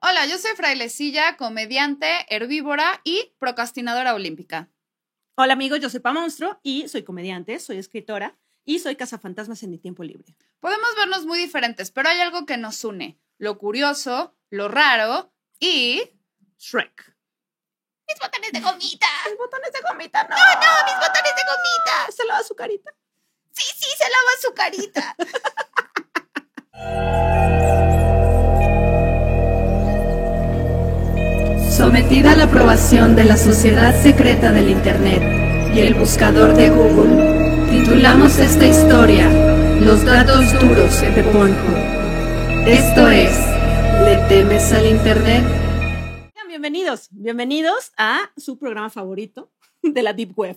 Hola, yo soy frailecilla, comediante, herbívora y procrastinadora olímpica. Hola amigos, yo soy Pa Monstruo y soy comediante, soy escritora y soy cazafantasmas en mi tiempo libre. Podemos vernos muy diferentes, pero hay algo que nos une. Lo curioso, lo raro y... Shrek. ¡Mis botones de gomita! Mis botones de gomita, no. Ah, ¡No, mis botones de gomita! Se lava su carita. ¡Sí, sí, se lava su carita! sometida a la aprobación de la Sociedad Secreta del Internet y el buscador de Google, titulamos esta historia Los datos duros de Ponjo. Esto es, ¿le temes al Internet? Sean Bienvenidos, bienvenidos a su programa favorito de la Deep Web.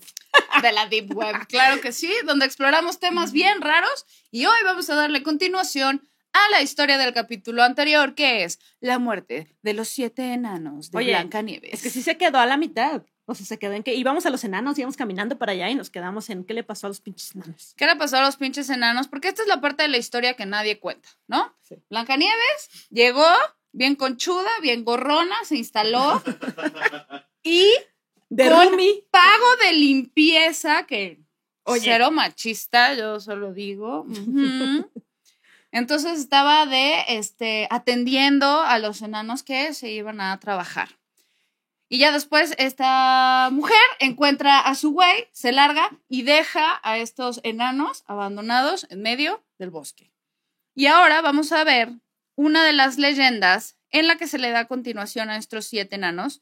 De la Deep Web, claro que sí, donde exploramos temas bien raros y hoy vamos a darle continuación a la historia del capítulo anterior, que es la muerte de los siete enanos de Oye, Blancanieves. Es que sí se quedó a la mitad. O sea, se quedó en que íbamos a los enanos, íbamos caminando para allá y nos quedamos en qué le pasó a los pinches enanos. ¿Qué le pasó a los pinches enanos? Porque esta es la parte de la historia que nadie cuenta, ¿no? Sí. Blancanieves llegó bien conchuda, bien gorrona, se instaló y De Con- Rumi. pago de limpieza que Oye. cero machista, yo solo digo. Ujú. Entonces estaba de este atendiendo a los enanos que se iban a trabajar. Y ya después esta mujer encuentra a su güey, se larga y deja a estos enanos abandonados en medio del bosque. Y ahora vamos a ver una de las leyendas en la que se le da continuación a estos siete enanos,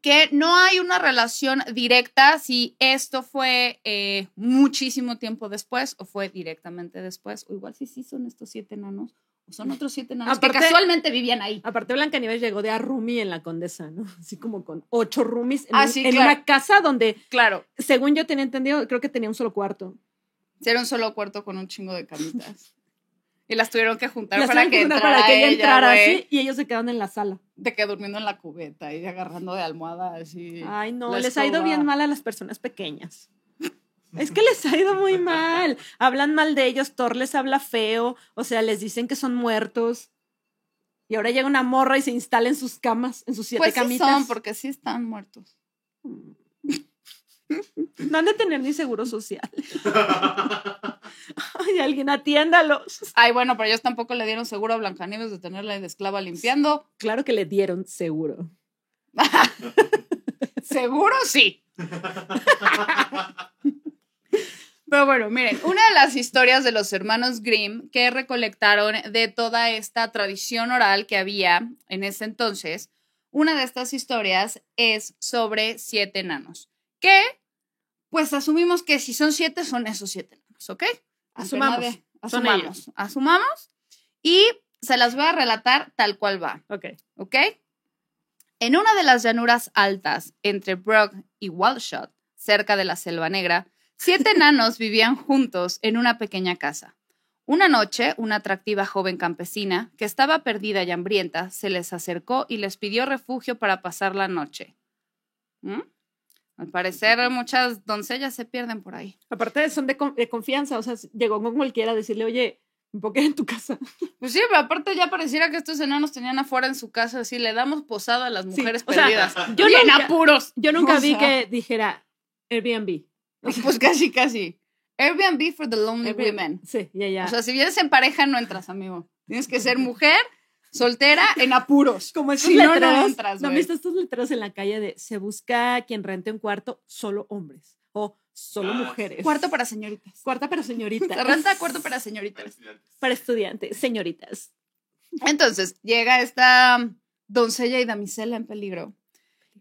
que no hay una relación directa si esto fue eh, muchísimo tiempo después o fue directamente después, o igual si sí son estos siete enanos, o son otros siete enanos Aparte- que casualmente vivían ahí. Aparte, Blancanieves llegó de a Rumi en la condesa, ¿no? Así como con ocho roomies en, Ah, un- sí, en claro. una casa donde, Claro, según yo tenía entendido, creo que tenía un solo cuarto. era un solo cuarto con un chingo de camitas. Y las tuvieron que juntar Las para, tenían que juntar entrara para que ella entrara güey. así y ellos se quedaron en la sala. De que durmiendo en la cubeta y agarrando de almohada así. Ay, no, La les ha ido escoba. bien mal a las personas pequeñas. Es que les ha ido muy mal. Hablan mal de ellos, Thor les habla feo, o sea, les dicen que son muertos. Y ahora llega una morra y se instala en sus camas, en sus siete Pues sí camitas. son, porque sí están muertos. No han de tener ni seguro social. Ay, alguien atiéndalos. Ay, bueno, pero ellos tampoco le dieron seguro a Blancanieves de tenerla de esclava limpiando. Claro que le dieron seguro. Seguro sí. Pero bueno, miren, una de las historias de los hermanos Grimm que recolectaron de toda esta tradición oral que había en ese entonces, una de estas historias es sobre siete enanos, que pues asumimos que si son siete, son esos siete enanos, ¿ok? Aunque Asumamos, nadie- son asumamos, asumamos y se las voy a relatar tal cual va. Ok. ¿ok? En una de las llanuras altas entre Brock y Walshot, cerca de la Selva Negra, siete enanos vivían juntos en una pequeña casa. Una noche, una atractiva joven campesina, que estaba perdida y hambrienta, se les acercó y les pidió refugio para pasar la noche. ¿Mm? Al parecer, muchas doncellas se pierden por ahí. Aparte son de, con- de confianza, o sea, llegó con cualquiera a decirle, oye, un poquito en tu casa. Pues sí, pero aparte ya pareciera que estos enanos tenían afuera en su casa, así le damos posada a las Sí, mujeres o sea, perdidas. yo Bien nunca- apuros. Yo nunca O vi sea. que dijera Airbnb. Pues casi, casi. Airbnb for the lonely Airbnb. women. Sí, ya, ya. O sea, si vienes en pareja, no entras, amigo. Tienes que ser mujer, soltera, en apuros. como si no, no entras, ¿No güey. han visto estos letreros en la calle de se busca quien rente un cuarto, solo hombres o solo Ah, mujeres? Cuarto para señoritas. Cuarta para señoritas. Se renta cuarto para señoritas. Para estudiantes, señoritas. Entonces, llega esta doncella y damisela en peligro.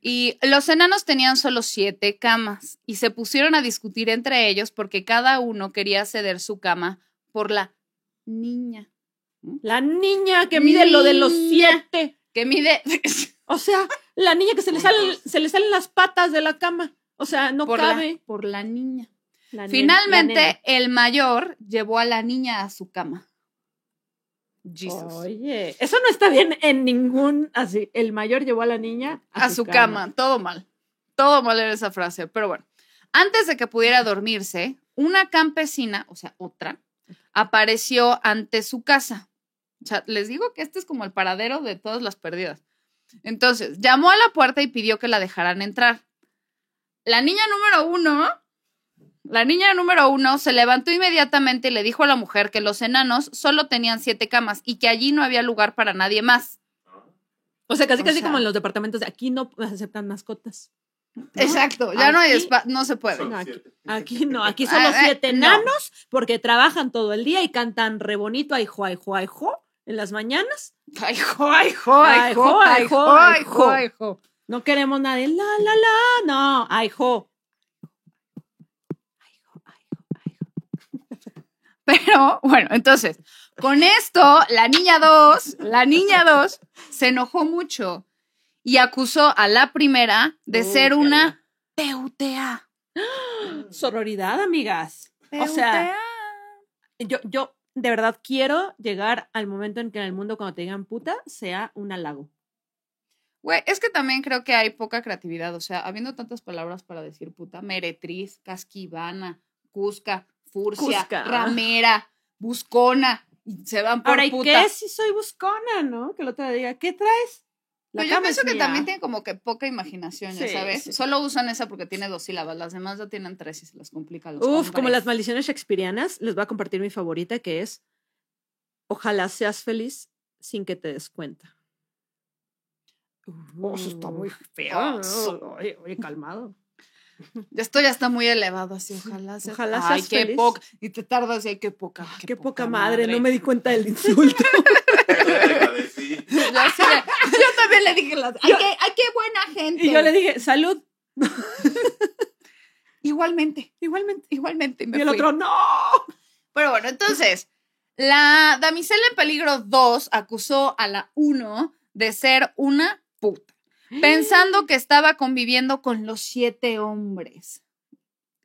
Y los enanos tenían solo siete camas y se pusieron a discutir entre ellos porque cada uno quería ceder su cama por la niña La niña que mide lo de los Niña. siete. que mide O sea, la niña que se le, Uy, salen, dos. se le salen las patas de la cama. O sea, no por la, cabe. por la niña. La nena, la nena. Finalmente, el mayor llevó a la niña a su cama. Jesus. Oye, eso no está bien en ningún. Así, el mayor llevó a la niña a su cama. Todo mal. Todo mal era esa frase. Pero bueno, antes de que pudiera dormirse, una campesina, o sea, otra, apareció ante su casa. O sea, les digo que este es como el paradero de todas las perdidas. Entonces, llamó a la puerta y pidió que la dejaran entrar. La niña número uno, la niña número uno se levantó inmediatamente y le dijo a la mujer que los enanos solo tenían siete camas y que allí no había lugar para nadie más. O sea, casi O casi sea- como en los departamentos de aquí no aceptan mascotas. Exacto, ya no hay Aquí- espacio, no se puede. No, aquí, siete. aquí no, aquí solo Ah, eh, siete no. enanos porque trabajan todo el día y cantan re bonito ay jo, ay jo, ay jo en las mañanas. Ay, jo, ay, jo, ay, jo, ay, jo, ay, jo, ay, jo. No queremos nada de la la la, no, ay jo. Ay, jo, ay, jo, ay, jo. Pero bueno, entonces, con esto, la niña 2, la niña 2 se enojó mucho y acusó a la primera de Uh, ser qué una peutea. Sororidad, amigas. O sea, yo yo de verdad quiero llegar al momento en que en el mundo cuando te digan puta sea un halago. Güey, es que también creo que hay poca creatividad, o sea, habiendo tantas palabras para decir puta, meretriz, casquivana, cusca, furcia, Cusca. ramera, buscona, y se van por Ahora, ¿y Ah, puta. qué si soy buscona, no? Que el otro diga, ¿qué traes? Pero La Pues yo cama es pienso que mía. también tiene como que poca imaginación, ya Sí, sabes. sí. Solo usan esa porque tiene dos sílabas, las demás ya tienen tres y se las complica a los Uf, como hombres. las maldiciones shakespearianas, les voy a compartir mi favorita que es Ojalá seas feliz sin que te des cuenta. Oh, eso está muy feo. Ah, oye, oye, calmado. Esto ya está muy elevado, así ojalá seas, Ojalá ay, seas qué feliz. Ah, poca. Y te tardas y ay, qué poca. Qué, poca madre, no me di cuenta del insulto. Yo te agradecí. Yo, sí le- yo también le dije, las, ay, Yo- qué, ay, qué buena gente. y yo le dije, salud, Igualmente, igualmente. igualmente. me Y el fui. otro, no. Pero bueno, entonces, la damisela en peligro 2 acusó a la 1 de ser una puta, pensando que estaba conviviendo con los siete hombres.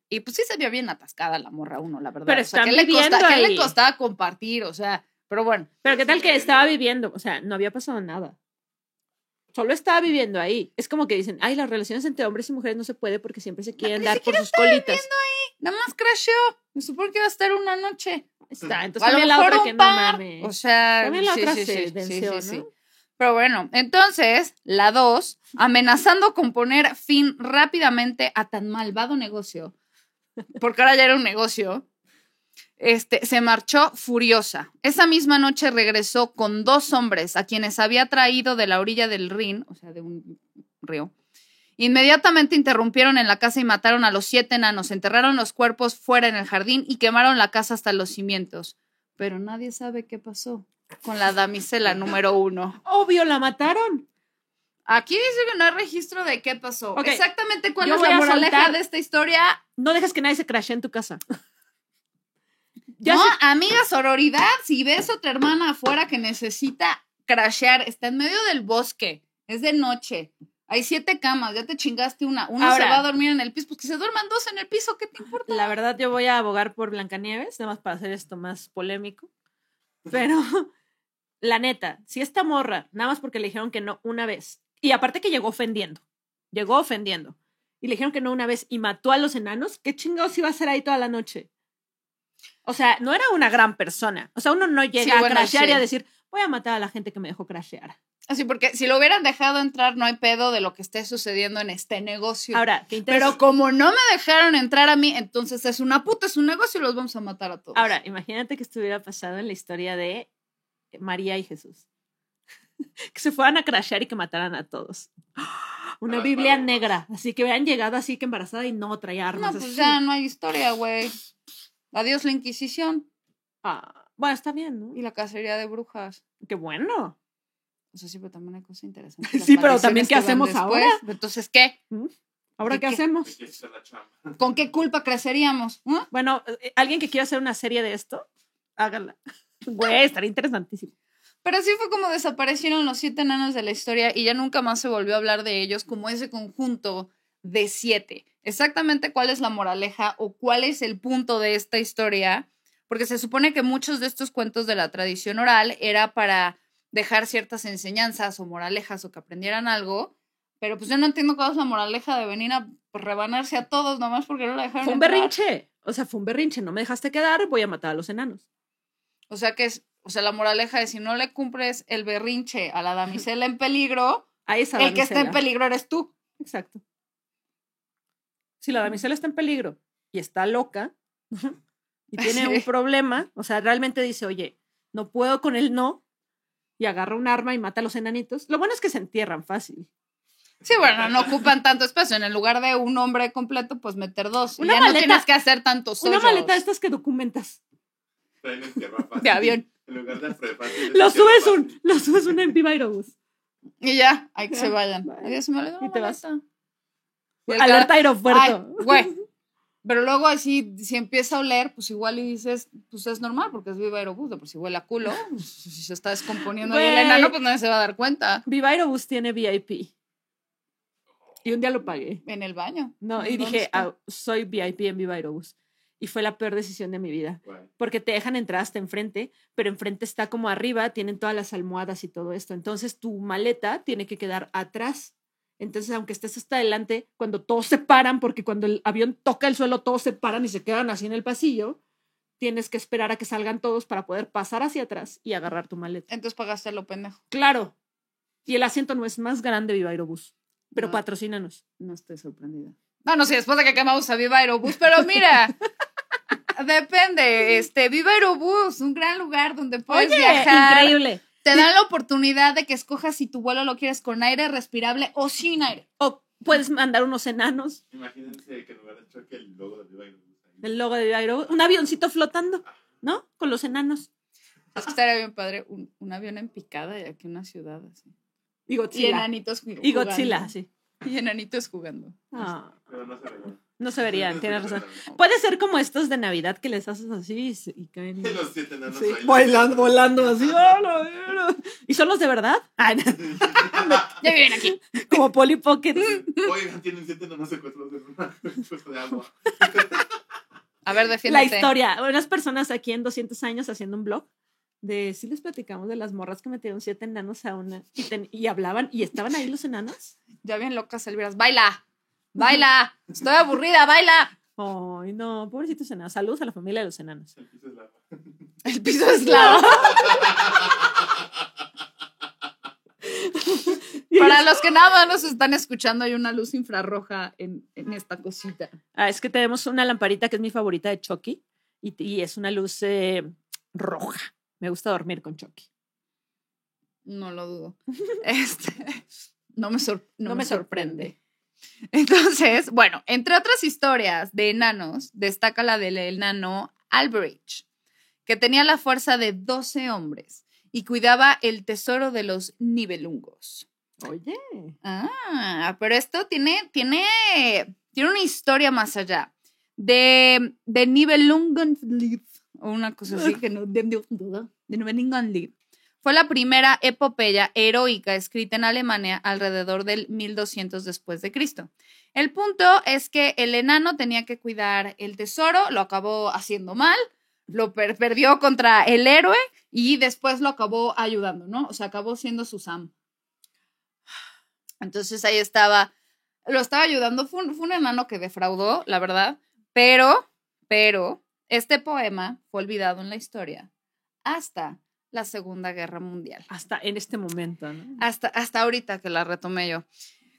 Y pues sí se vio bien atascada la morra 1, la verdad. Pero o sea, están ¿qué le, costa- viviendo qué le ahí. costaba compartir? O sea, pero bueno, Pero qué tal que estaba viviendo, o sea, no había pasado nada. Solo estaba viviendo ahí. Es como que dicen, ay, las relaciones entre hombres y mujeres no se puede porque siempre se quieren dar por sus colitas. nada más crasheó. Me supongo que iba a estar una noche. O Mm. Está, a Pues, ah, entonces lo también la mejor otra un que no par. mames. o sea, También la sí, otra sí, se sí, sí, venció, sí, ¿no? sí. Pero bueno, entonces, la 2, amenazando con poner fin rápidamente a tan malvado negocio, porque ahora ya era un negocio, este, se marchó furiosa. Esa misma noche regresó con dos hombres a quienes había traído de la orilla del Rin, o sea, de un río. Inmediatamente interrumpieron en la casa y mataron a los siete enanos, enterraron los cuerpos fuera en el jardín y quemaron la casa hasta los cimientos. Pero nadie sabe qué pasó con la damisela número uno. Obvio, la mataron. Aquí dice que no hay registro de qué pasó. Ok. Exactamente cuál Yo es voy la a moraleja soltar- de esta historia. No dejes que nadie se crashe en tu casa. Ya no, sé- amiga, sororidad, si ves otra hermana afuera que necesita crashear, está en medio del bosque, es de noche. Hay siete camas, ya te chingaste una. Una se Ahora- va a dormir en el piso, pues que se duerman dos en el piso, ¿qué te importa? La verdad, yo voy a abogar por Blancanieves, nada más para hacer esto más polémico. Pero, la neta, si esta morra, nada más porque le dijeron que no una vez, y aparte que llegó ofendiendo, llegó ofendiendo, y le dijeron que no una vez y mató a los enanos, ¿qué chingados iba a hacer ahí toda la noche? O sea, no era una gran persona. O sea, uno no llega Sí, a bueno, crashear y sí. a decir, voy a matar a la gente que me dejó crashear. Así, porque si lo hubieran dejado entrar, no hay pedo de lo que esté sucediendo en este negocio. Ahora, qué interesante. Pero como no me dejaron entrar a mí, entonces es una puta, es un negocio y los vamos a matar a todos. Ahora, imagínate que estuviera pasado en la historia de María y Jesús. que se fueran a crashear y que mataran a todos. Una las Biblia palomas. negra. Así que hubieran llegado así que embarazada y no traía No, armas. pues así. ya no hay historia, güey. Adiós la Inquisición Ah, bueno, está bien, ¿no? y la cacería de brujas. Qué bueno. O sea, sí, pero también hay cosas interesantes. Sí, Las pero también, maldiciones que ¿qué van hacemos después. Entonces, ¿qué? ¿Ahora ¿Y qué, qué? hacemos? Aquí está la chamba. ¿Con qué culpa creceríamos? ¿Ah? Bueno, eh, alguien que quiera hacer una serie de esto, hágala. Güey, estaría interesantísimo. Pero así fue como desaparecieron los siete enanos de la historia y ya nunca más se volvió a hablar de ellos como ese conjunto de siete. Exactamente cuál es la moraleja o cuál es el punto de esta historia, porque se supone que muchos de estos cuentos de la tradición oral era para dejar ciertas enseñanzas o moralejas o que aprendieran algo, pero pues yo no entiendo cuál es la moraleja de venir a rebanarse a todos nomás porque no la dejaron. Fue un entrar. berrinche. O sea, fue un berrinche. No me dejaste quedar, voy a matar a los enanos. O sea que es, O sea, la moraleja es si no le cumples el berrinche a la damisela en peligro, Ahí esa el que está en damisela. peligro eres tú. Exacto. Si Mm. la damisela está en peligro y está loca y tiene un Sí. problema, o sea, realmente dice, oye, no puedo con el no, y agarra un arma y mata a los enanitos. Lo bueno es que se entierran fácil. Sí, bueno, no ocupan tanto espacio. En el lugar de un hombre completo, pues meter dos. Y Una ya maleta- no tienes que hacer tantos Una hoyos. maleta de estas que documentas. Traen el tierra fácil. De avión. En lugar de afre fácil, Lo es tierra subes fácil. un, lo subes un MP Virobus. Y ya, hay que Ya, se vayan. bye. Adiós, se me olvidó Ah, Y la te vas. maleta. Y el Alerta Ay, aeropuerto. güey. Pero luego así, si empieza a oler, pues igual y dices, pues es normal, porque es viva aerobús, de por si huele a culo, pues, si se está descomponiendo ahí el Güey. enano, pues nadie se va a dar cuenta. Viva Aerobus tiene VIP. Y un día lo pagué. En el baño. No, y ¿Dónde dije, está? "Ah, soy VIP en Viva Aerobus. Y fue la peor decisión de mi vida. Bueno, porque te dejan entrar hasta enfrente, pero enfrente está como arriba, tienen todas las almohadas y todo esto. Entonces tu maleta tiene que quedar atrás. Entonces, aunque estés hasta adelante, cuando todos se paran, porque cuando el avión toca el suelo, todos se paran y se quedan así en el pasillo, tienes que esperar a que salgan todos para poder pasar hacia atrás y agarrar tu maleta. Entonces pagaste lo pendejo. Claro. Y el asiento no es más grande, Viva Aerobús. Pero No. patrocínanos. No estoy sorprendida. No, no sé, después de que quemamos a Viva Aerobús, pero mira, depende. Este, Viva Aerobús, un gran lugar donde puedes viajar. increíble. Te dan la oportunidad de que escojas si tu vuelo lo quieres con aire respirable o sin aire. O puedes mandar unos enanos, imagínense que en lugar de choque el logo de Viva Aerobús ahí. el logo de Viva Aerobús, un avioncito flotando, ¿no? Con los enanos. Es que estaría bien padre un, un avión en picada y aquí una ciudad así. Y Y Godzilla. enanitos ju- jugando. Y Godzilla, sí. Y enanitos jugando. Ah, Pero no se verían. no se verían, tienes razón. Los Puede ser como estos de Navidad que les haces así y, se- y caen. siete enanos Sí, ahí. Bailando, volando así. ¡ah, la verga! ¿Y son los de verdad? Ah, no, Ya viven aquí. como Polly Pocket. Oigan, tienen siete enanos secuestrados en una cuesta de agua. A ver, La defiéndete. historia. Unas personas aquí en 200 años haciendo un blog de si les platicamos de las morras que metieron siete enanos a una y, ten- y hablaban y estaban ahí los enanos. Ya bien locas, Elviras. Baila. Baila. Estoy aburrida, baila. Ay, no, pobrecitos enanos. Saludos a la familia de los enanos. El piso es lava. El piso es lava. Para los que nada más nos están escuchando, hay una luz infrarroja en, en esta cosita. Ah, es que tenemos una lamparita que es mi favorita de Chucky y, y es una luz eh, roja. Me gusta dormir con Chucky. No lo dudo. Este, no me, sor- no No me me sorprende. Entonces, bueno, entre otras historias de enanos, destaca la del enano Alberich, que tenía la fuerza de 12 hombres y cuidaba el tesoro de los nivelungos. Oye. Ah, pero esto tiene, tiene, tiene una historia más allá. De, de Nibelungenlied, o una cosa así que no. De, de Nibelungenlied. Fue la primera epopeya heroica escrita en Alemania alrededor del 1200 después de Cristo. El punto es que el enano tenía que cuidar el tesoro, lo acabó haciendo mal, lo per- perdió contra el héroe y después lo acabó ayudando, ¿no? O sea, acabó siendo su Sam. Entonces ahí estaba, lo estaba ayudando, fue un, fue un enano que defraudó, la verdad, pero, pero, este poema fue olvidado en la historia hasta la Segunda Guerra Mundial, Hasta en este momento, ¿no? hasta, hasta ahorita que la retomé yo.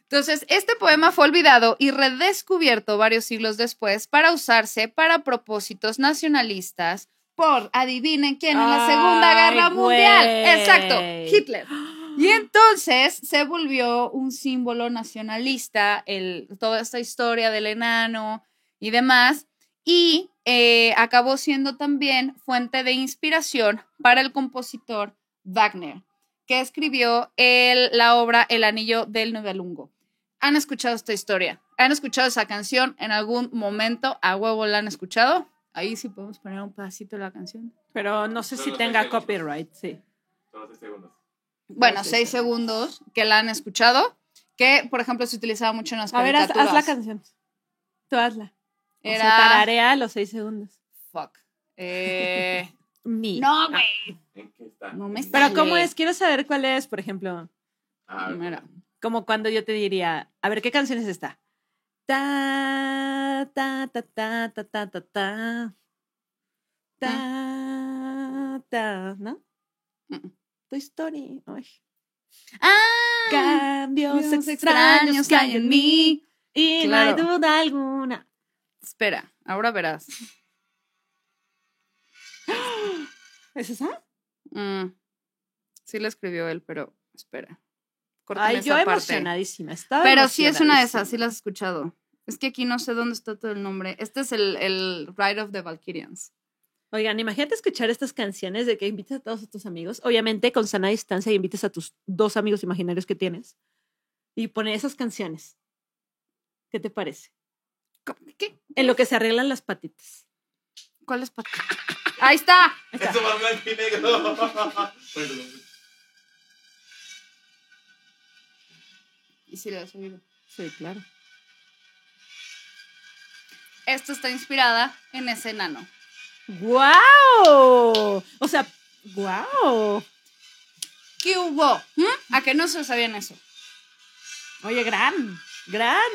Entonces, este poema fue olvidado y redescubierto varios siglos después para usarse para propósitos nacionalistas por, adivinen quién, en la Segunda Ay, Guerra Mundial. güey. Exacto, Hitler. Y entonces se volvió un símbolo nacionalista, el, toda esta historia del enano y demás, y eh, acabó siendo también fuente de inspiración para el compositor Wagner, que escribió el- la obra El Anillo del Nibelungo. ¿Han escuchado esta historia? ¿Han escuchado esa canción en algún momento? ¿A huevo la han escuchado? Ahí sí podemos poner un pedacito de la canción. Pero no sé Solo si seis tenga segundos. copyright, sí. Solo seis segundos. Bueno, Gracias. seis segundos que la han escuchado, que por ejemplo se utilizaba mucho en las A ver, haz, caricaturas. haz la canción. Tú hazla. O sea, Era tararea los seis segundos. fuck. Eh, Ni. no, güey. ¿En qué está? No me Pero sale. ¿cómo es? Quiero saber cuál es, por ejemplo, Ah, Mira. como cuando yo te diría, a ver, ¿qué canción es esta? Ta, ta, ta, ta, ta, ta, ta, ta. Ta, ta, ¿no? Mm. Toy Story. Ay. ¡Ah! Cambios Dios, extraños que hay en mí. Y no Claro. hay duda alguna. Espera, ahora verás. ¿Es esa? Mm. Sí la escribió él, pero espera. Córtame Ay, esa yo parte. emocionadísima. Estaba Pero sí es una de emocionadísima. esas, sí las has escuchado. Es que aquí no sé dónde está todo el nombre. Este es el, el Ride of the Valkyrians. Oigan, imagínate escuchar estas canciones de que invitas a todos tus amigos, obviamente con sana distancia y invitas a tus dos amigos imaginarios que tienes y poner esas canciones. ¿Qué te parece? ¿Cómo? ¿Qué? En lo que se arreglan las patitas. ¿Cuál es parte? ¡Ahí está! Eso va blanco y negro. Y si lo has oído. Sí, claro. Esta está inspirada en ese enano. ¡Guau! O sea, ¡guau! ¿Qué hubo? ¿Mm? ¿A que no se sabían eso? Oye, gran, gran.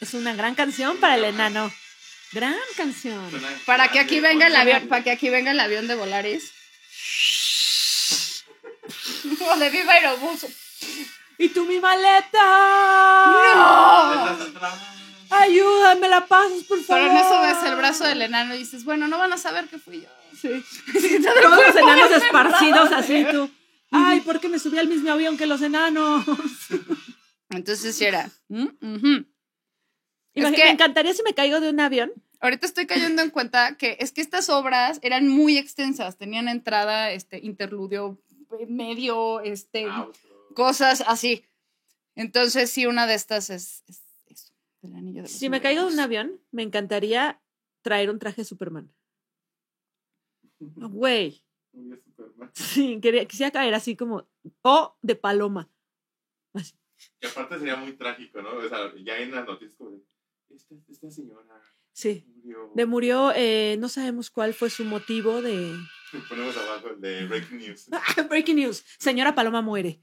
Es una gran canción para el enano. Gran canción. Para que aquí venga el avión, para que aquí venga el avión de Volaris. O de Viva Aerobús. ¿Y tú mi maleta? Ah, ¡No! Ah. ¡Ayúdame, la pasas, por favor! Pero en eso ves el brazo del enano y dices, bueno, no van a saber que fui yo. Sí. Todo el Todos los cuerpo enanos me cerraba. esparcidos así tú. Ay, ¿por qué me subí al mismo avión que los enanos? Entonces sí era. ¿Mm? Ujú. Imagina- que- Me encantaría si me caigo de un avión. Ahorita estoy cayendo en cuenta que es que estas obras eran muy extensas, tenían entrada, este, interludio, eh, medio, este, Ah, cosas así. Entonces sí, una de estas es, es eso, el anillo de los Si me caigo de un Números. avión, me encantaría traer un traje de Superman. Güey. Sí, quería, quisiera caer así como. O de paloma. Y aparte sería muy trágico, ¿no? O sea, ya en las noticias como de, esta, esta señora Sí. murió. De murió, eh, no sabemos cuál fue su motivo de. Y Ponemos abajo el de Breaking News. Breaking news. Señora Paloma muere.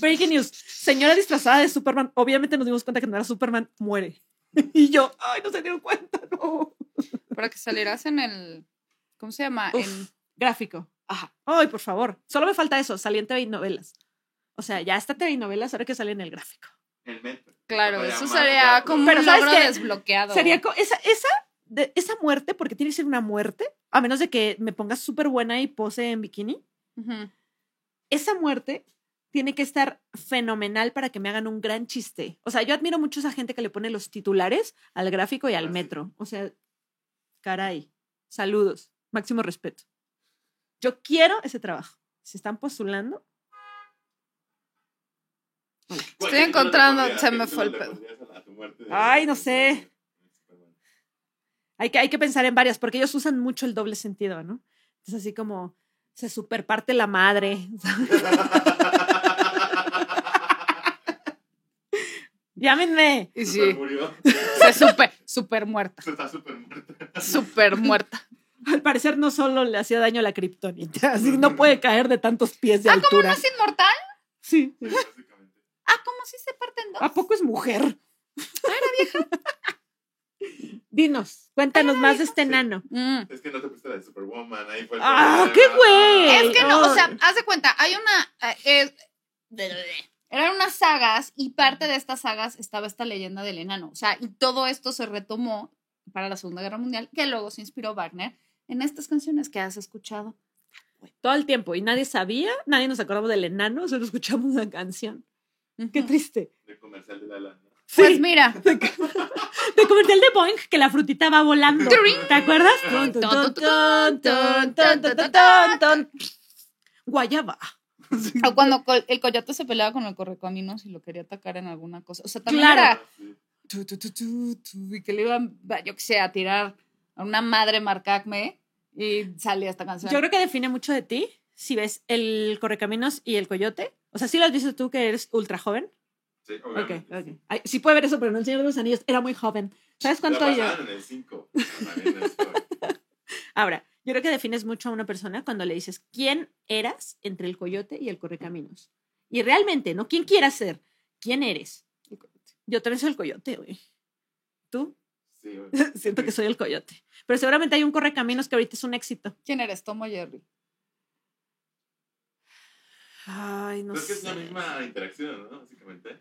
Breaking news. Señora disfrazada de Superman. Obviamente nos dimos cuenta que no era Superman. Muere. Y yo, ay, no se dieron cuenta, no. Para que salieras en el, ¿cómo se llama? Uf. En- Ah, Gráfico. Ajá. Ay, por favor. Solo me falta eso. Salí en TV y novelas. O sea, ya está TV y novelas ahora que sale en el gráfico. El metro. claro, Todavía eso más sería guapo. como Pero un ¿sabes logro qué? desbloqueado. Sería co- esa, esa, de- esa muerte, porque tiene que ser una muerte, a menos de que me pongas súper buena y pose en bikini. Ujú. esa muerte tiene que estar fenomenal para que me hagan un gran chiste. O sea, yo admiro mucho a esa gente que le pone los titulares al gráfico y al Ah, sí. metro. O sea, caray, saludos, máximo respeto. Yo quiero ese trabajo. Se están postulando. ¿Cuál Estoy título le encontrando- pondrías? se me ¿Qué fue el título le pedo. pondrías a tu muerte de- Ay, no sé. Hay que, hay que pensar en varias, porque ellos usan mucho el doble sentido, ¿no? Es así como se superparte la madre. Llámenme. Y Super sí, murió. se super, super muerta, Está súper muerta. super muerta. Al parecer no solo le hacía daño la kriptonita, así no puede caer de tantos pies de Ah, ¿cómo no altura. es inmortal? Sí. Sí, básicamente. Ah, ¿cómo sí se parten dos? ¿A poco es mujer? Ah, Dinos, cuéntanos más de este enano. Mm. Es que no te pusiste la de Superwoman, ahí fue el ¡Ah, problema. qué güey! Es que no, o Ay. sea, haz de cuenta, hay una. eh, eh, eran unas sagas y parte de estas sagas estaba esta leyenda del enano. O sea, y todo esto se retomó para la Segunda Guerra Mundial, que luego se inspiró Wagner en estas canciones que has escuchado. Todo el tiempo, y nadie sabía, nadie nos acordamos del enano, solo escuchamos la canción. Qué Ujú. triste. De comercial de la lana. Pues Sí, mira, de comercial de Boeing que la frutita va volando. Turing. ¿Te acuerdas? Tun, tun, tun, tun, tun, tun, tun, tun, Guayaba. o cuando col- el coyote se peleaba con el correcaminos y lo quería atacar en alguna cosa. O sea, también Claro. era Ah, Sí. tu, tu, tu, tu, tu, y que le iban, va, yo qué sé, a tirar a una madre marcacme y salía esta canción. Yo creo que define mucho de ti si ves el Correcaminos y el Coyote. O sea, si lo has visto tú que eres ultra joven. Sí, Ok, obviamente. ok. Ay, sí puede ver eso, pero no el Señor de los Anillos era muy joven. ¿Sabes cuánto La yo? pasaron en el 5. También en el cinco. Ahora, yo creo que defines mucho a una persona cuando le dices quién eras entre el Coyote y el Correcaminos. Y realmente, no quién quieras ser, quién eres. Yo también soy el Coyote, güey. ¿Tú? Sí, güey. Siento que soy el Coyote. Pero seguramente hay un Correcaminos que ahorita es un éxito. ¿Quién eres? Tomo Jerry. Ay, no Pero Pues es que es la sé. misma interacción, ¿no? Básicamente.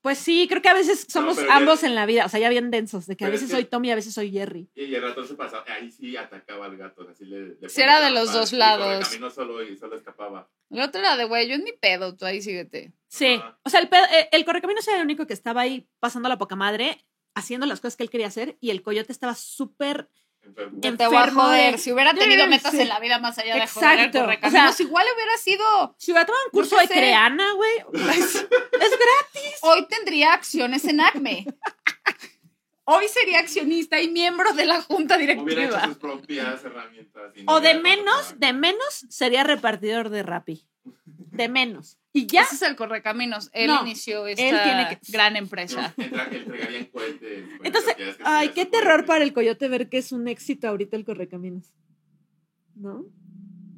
Pues sí, creo que a veces somos pero ya- ambos en la vida, o sea, ya bien densos, de que a Pero es veces que- soy Tommy y a veces soy Jerry. Y, y el ratón se pasaba, ahí sí atacaba al gato, así le... le Sí, ponía era de la los pata, dos y por el lados. camino solo y solo escapaba. La otra era de, güey, yo en mi pedo, tú ahí síguete. Sí. Ajá. O sea, el, pedo- eh, el correcaminos era el único que estaba ahí pasando la poca madre, haciendo las cosas que él quería hacer, y el coyote estaba súper. Enfermo. En- Te voy a Enfermo joder. de- Si hubiera tenido Sí, metas sí. en la vida más allá de joder Exacto. correcaminos, O sea- igual hubiera sido. Si hubiera tomado un No curso sé de si- creana, güey. Es gratis. Hoy tendría acciones en ACME. Hoy sería accionista y miembro de la junta Hubiera hecho directiva. sus propias herramientas. y no O de hubiera menos, pasado de nada. menos sería repartidor de Rappi. De menos. Y ya. Ese es el correcaminos. Él No, inició esta tiene que- gran empresa. Entra- Entregarían cohetes. con Entonces, propiedades que Ay, tenía qué su terror cohete. para el coyote ver que es un éxito ahorita el correcaminos. ¿No?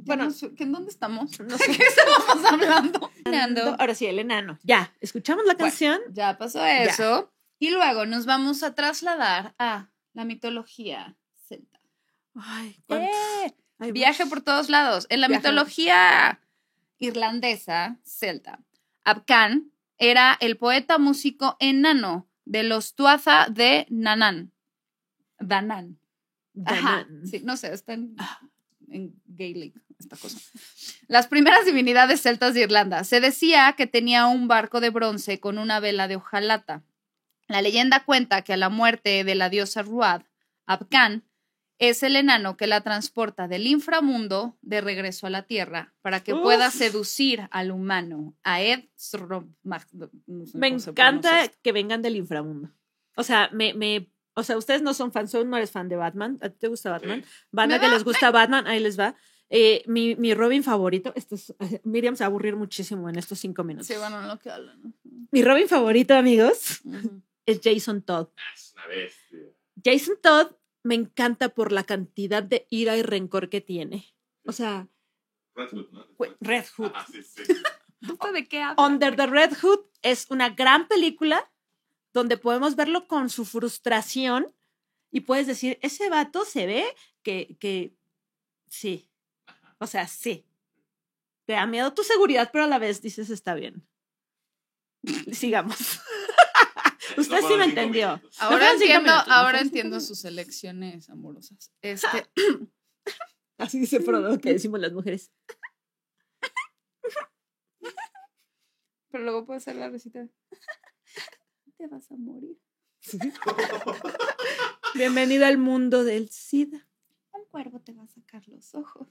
Bueno, Bueno. ¿en dónde estamos? ¿Qué estamos hablando? Nando. Ahora sí, el enano. Ya, escuchamos la Bueno. canción. Ya pasó eso. Y luego nos vamos a trasladar a la mitología celta. Ay, cuánto- ¡Eh! Ay, Viaje por todos lados. En la Viaje. mitología irlandesa, celta, Abkan era el poeta músico enano de los Tuatha de Nanan. Danan. Ajá. Danan. Sí, no sé, está en, en Gaelic esta cosa. Las primeras divinidades celtas de Irlanda. Se decía que tenía un barco de bronce con una vela de hojalata. La leyenda cuenta que a la muerte de la diosa Ruad, Abkan es el enano que la transporta del inframundo de regreso a la tierra para que Uf. pueda seducir al humano. A Ed Sro- Mag- no sé Me cómo se encanta pronuncia. que vengan del inframundo. O sea, me, me, o sea, ustedes no son fans, son no eres fan de Batman. ¿A ti te gusta Batman? Banda Me que les gusta Batman, ahí les va. Eh, mi, mi Robin favorito, esto es- Miriam se va a aburrir muchísimo en estos cinco minutos. Sí, bueno, lo que hablan. Mi Robin favorito, amigos, Ujú. es Jason Todd. Ah, Es una bestia. Jason Todd me encanta por la cantidad de ira y rencor que tiene. O sea, Red Hood, ¿no? güey, Red Hood. Ah, sí, sí. ¿Esto de qué hablan? Under the Red Hood es una gran película donde podemos verlo con su frustración y puedes decir, ese vato se ve que, que sí, o sea, sí. Te da miedo tu seguridad, pero a la vez dices, está bien. Sigamos. Usted sí fueron me cinco entendió. Ah, minutos. No Ahora fueron cinco entiendo, minutos, no ahora fueron cinco entiendo minutos. sus elecciones amorosas. Este, Así dice Frodo, que decimos las mujeres. pero luego puedo hacer la recita. Te vas a morir. Bienvenido al mundo del SIDA. Un cuervo te va a sacar los ojos.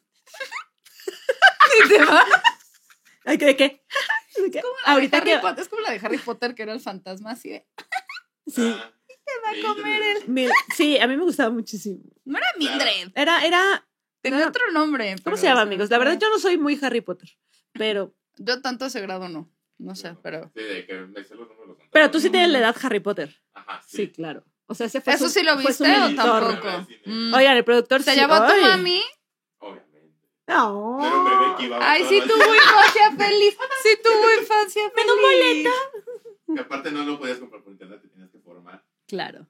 Y te va- Ay, ¿De qué? ¿De qué? Ahorita Harry que... Potter- es como la de Harry Potter que era el fantasma así de, Sí. Ah, va a comer el Mil- sí, a mí me gustaba muchísimo. No era Mildred. Era, era, Tenía No. otro nombre. ¿Cómo pero se llama, ese- amigos? La verdad, yo no soy muy Harry Potter, pero, Yo tanto ese grado no. No sé, pero. Sí, de que me sé los números. pero tú sí tienes la edad Harry Potter. Ajá, sí. Sí, claro. O sea, ese fue ¿Eso su- sí lo fue su viste o mentor. tampoco? Mm. Oigan, el productor ¿Te sí- llevó tu ¡Ay! mami? Obviamente. No. Era un bebé que iba Ay, todo sí así, tuvo infancia feliz. Sí tuvo infancia feliz. ¡Me da un boleto! Que aparte no lo podías comprar por internet, te tenías que formar. Claro.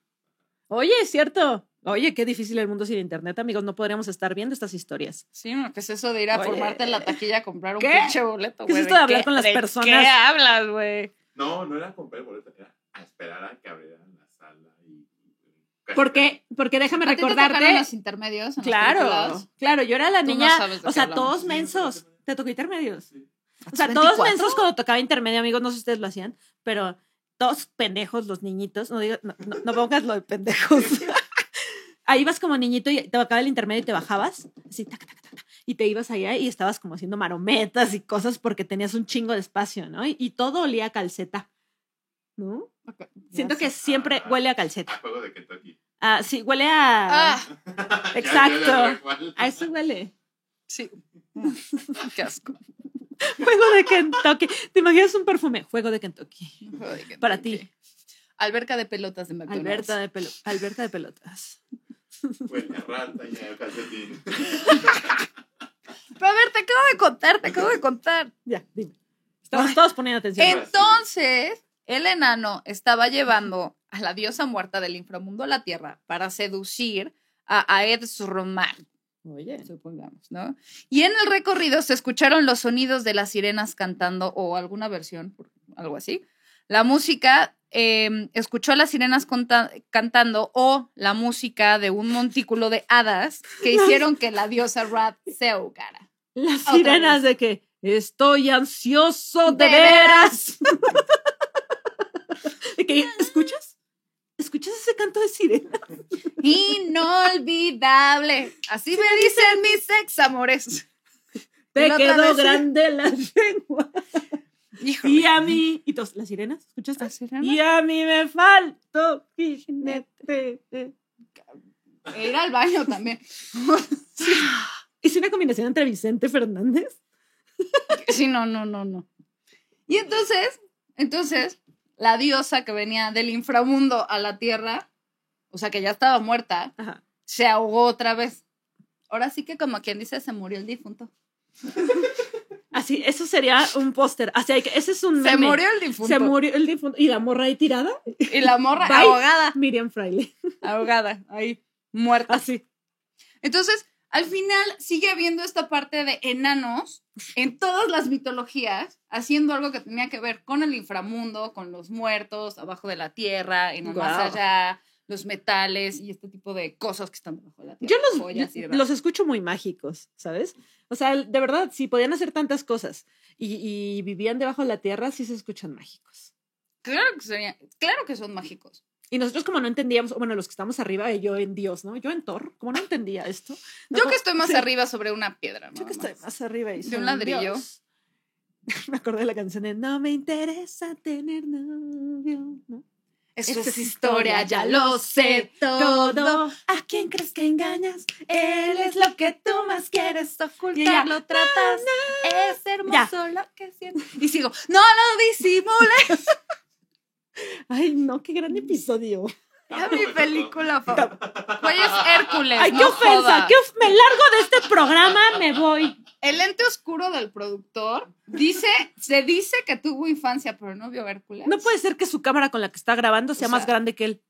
Oye, es cierto. Oye, qué difícil el mundo sin internet, amigos. No podríamos estar viendo estas historias. Sí, no, ¿qué es eso de ir a Oye. eh, formarte en la taquilla a comprar un ¿Qué? pinche boleto, ¿Qué es güey? esto de hablar con las ¿De personas? ¿Qué hablas, güey? No, no era comprar el boleto, era a esperar a que abrieran la sala y. Porque, porque déjame ¿A ti te tocaron recordarte. los intermedios? en los Claro, curriculares? claro, yo era la Tú no niña. sabes de o qué sea, hablamos. todos mensos. Te tocó intermedios. Sí. O sea, todos 24? mensos cuando tocaba intermedio, amigos, no sé si ustedes lo hacían, pero todos pendejos, los niñitos, no digo, no, no- no pongas lo de pendejos. Ahí ibas como niñito y te tocaba el intermedio y te bajabas, así, tac, tac, tac, tac, y te ibas allá y estabas como haciendo marometas y cosas porque tenías un chingo de espacio, ¿no? Y, y todo olía a calceta, ¿no? Ok, Siento que gracias. siempre huele a calceta. A juego de Kentucky. Ah, sí, huele a... Ah, Exacto. A A eso huele. sí. Qué asco. Juego de Kentucky. ¿Te imaginas un perfume? Juego de Kentucky. Ay, Para qué- ti. Alberca de pelotas de McDonald's. Alberta de, pelo, Alberta de pelotas. Huele a rata y a calcetín. Pero a ver, te acabo de contar, te acabo de contar. Ya, dime. Estamos Ay. todos poniendo atención. Eh. Entonces, el enano estaba llevando a la diosa muerta del inframundo a la tierra para seducir a Aed Romar. Oye. supongamos, ¿no? Y en el recorrido se escucharon los sonidos de las sirenas cantando o alguna versión, por- algo así. La música, eh, escuchó a las sirenas conta- cantando o la música de un montículo de hadas que hicieron que la diosa Rat se ahogara. Las Otra sirenas de que estoy ansioso de ¡De veras. De que, ¿Escuchas? ¿Escuchas ese canto de sirena? Inolvidable. Así me dicen mis ex amores. Y Te la otra quedó vez sí. grande la lengua. Híjole. Y a mí. ¿Y todos? ¿Las sirenas? ¿Escuchaste? ¿La sirena? Y a mí me faltó jinete. Ir al baño también. Hice una combinación entre Vicente Fernández. Sí, no, no, no, no. Y entonces, entonces, la diosa que venía del inframundo a la tierra, o sea, que ya estaba muerta, Ajá. se ahogó otra vez. Ahora sí que como quien dice, se murió el difunto. Así, eso sería un póster. Así hay que, ese es un Se meme. murió el difunto. Se murió el difunto. ¿Y la morra ahí tirada? Y la morra Bye. ahogada, Miriam Fraile. ahogada, ahí, muerta. Así. Entonces, al final sigue habiendo esta parte de enanos en todas las mitologías, haciendo algo que tenía que ver con el inframundo, con los muertos, abajo de la tierra, en el Guau. más allá, los metales y este tipo de cosas que están debajo de la Yo tierra. los, joyas y demás. los escucho muy mágicos, ¿sabes? O sea, el- de verdad, si podían hacer tantas cosas y, y vivían debajo de la tierra, sí se escuchan mágicos. Claro que, serían- claro que son mágicos. Y nosotros como no entendíamos, bueno, los que estamos arriba, eh, yo en Dios, ¿no? Yo en Thor, como no entendía esto. Yo que estoy más Sí. arriba sobre una piedra. Yo nada que estoy más. más arriba y De soy un ladrillo. Dios. Me acordé de la canción de No me interesa tener novio. ¿no? Eso Esta es historia, ya lo sé todo. Todo. ¿A quién crees que engañas? Él es lo que tú más quieres. "Ah, Ocultarlo tratas. Es hermoso hermoso lo que siento. Y sigo, no lo disimules. Ay, no, qué Mm. gran episodio. Es mi película favorita. Güey, es Hércules. Ay, Eh, no qué ofensa. jodas. Qué of- me largo de este programa, me voy. El ente oscuro del productor dice, se dice que tuvo infancia, pero no vio Hércules. No puede ser que su cámara con la que está grabando sea O más sea- grande que él.